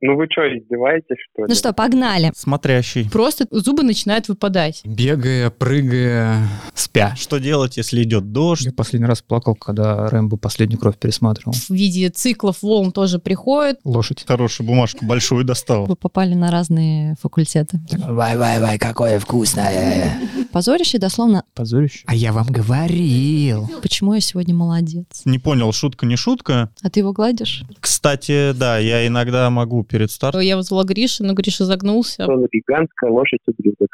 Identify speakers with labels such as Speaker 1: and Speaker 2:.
Speaker 1: Ну вы что, издеваетесь, что ли?
Speaker 2: Ну что, погнали.
Speaker 3: Смотрящий.
Speaker 4: Просто зубы начинают выпадать.
Speaker 5: Бегая, прыгая, спя.
Speaker 3: Что делать, если идет дождь?
Speaker 6: Я последний раз плакал, когда Рэмбо «Последнюю кровь» пересматривал.
Speaker 4: В виде циклов лом тоже приходит.
Speaker 6: Лошадь.
Speaker 3: Хорошую бумажку большую достал.
Speaker 2: Вы попали на разные факультеты.
Speaker 5: Вай-вай-вай, какое вкусное.
Speaker 2: Позорище дословно
Speaker 6: Позорище.
Speaker 5: А я вам говорил.
Speaker 2: «Почему я сегодня молодец?»
Speaker 3: Не понял, шутка не шутка.
Speaker 2: А ты его гладишь?
Speaker 3: Кстати, да, я иногда могу перед стартом.
Speaker 4: Я вызвала Гриша, но Гриша загнулся.
Speaker 1: Что за гигантская лошадь ублюдок?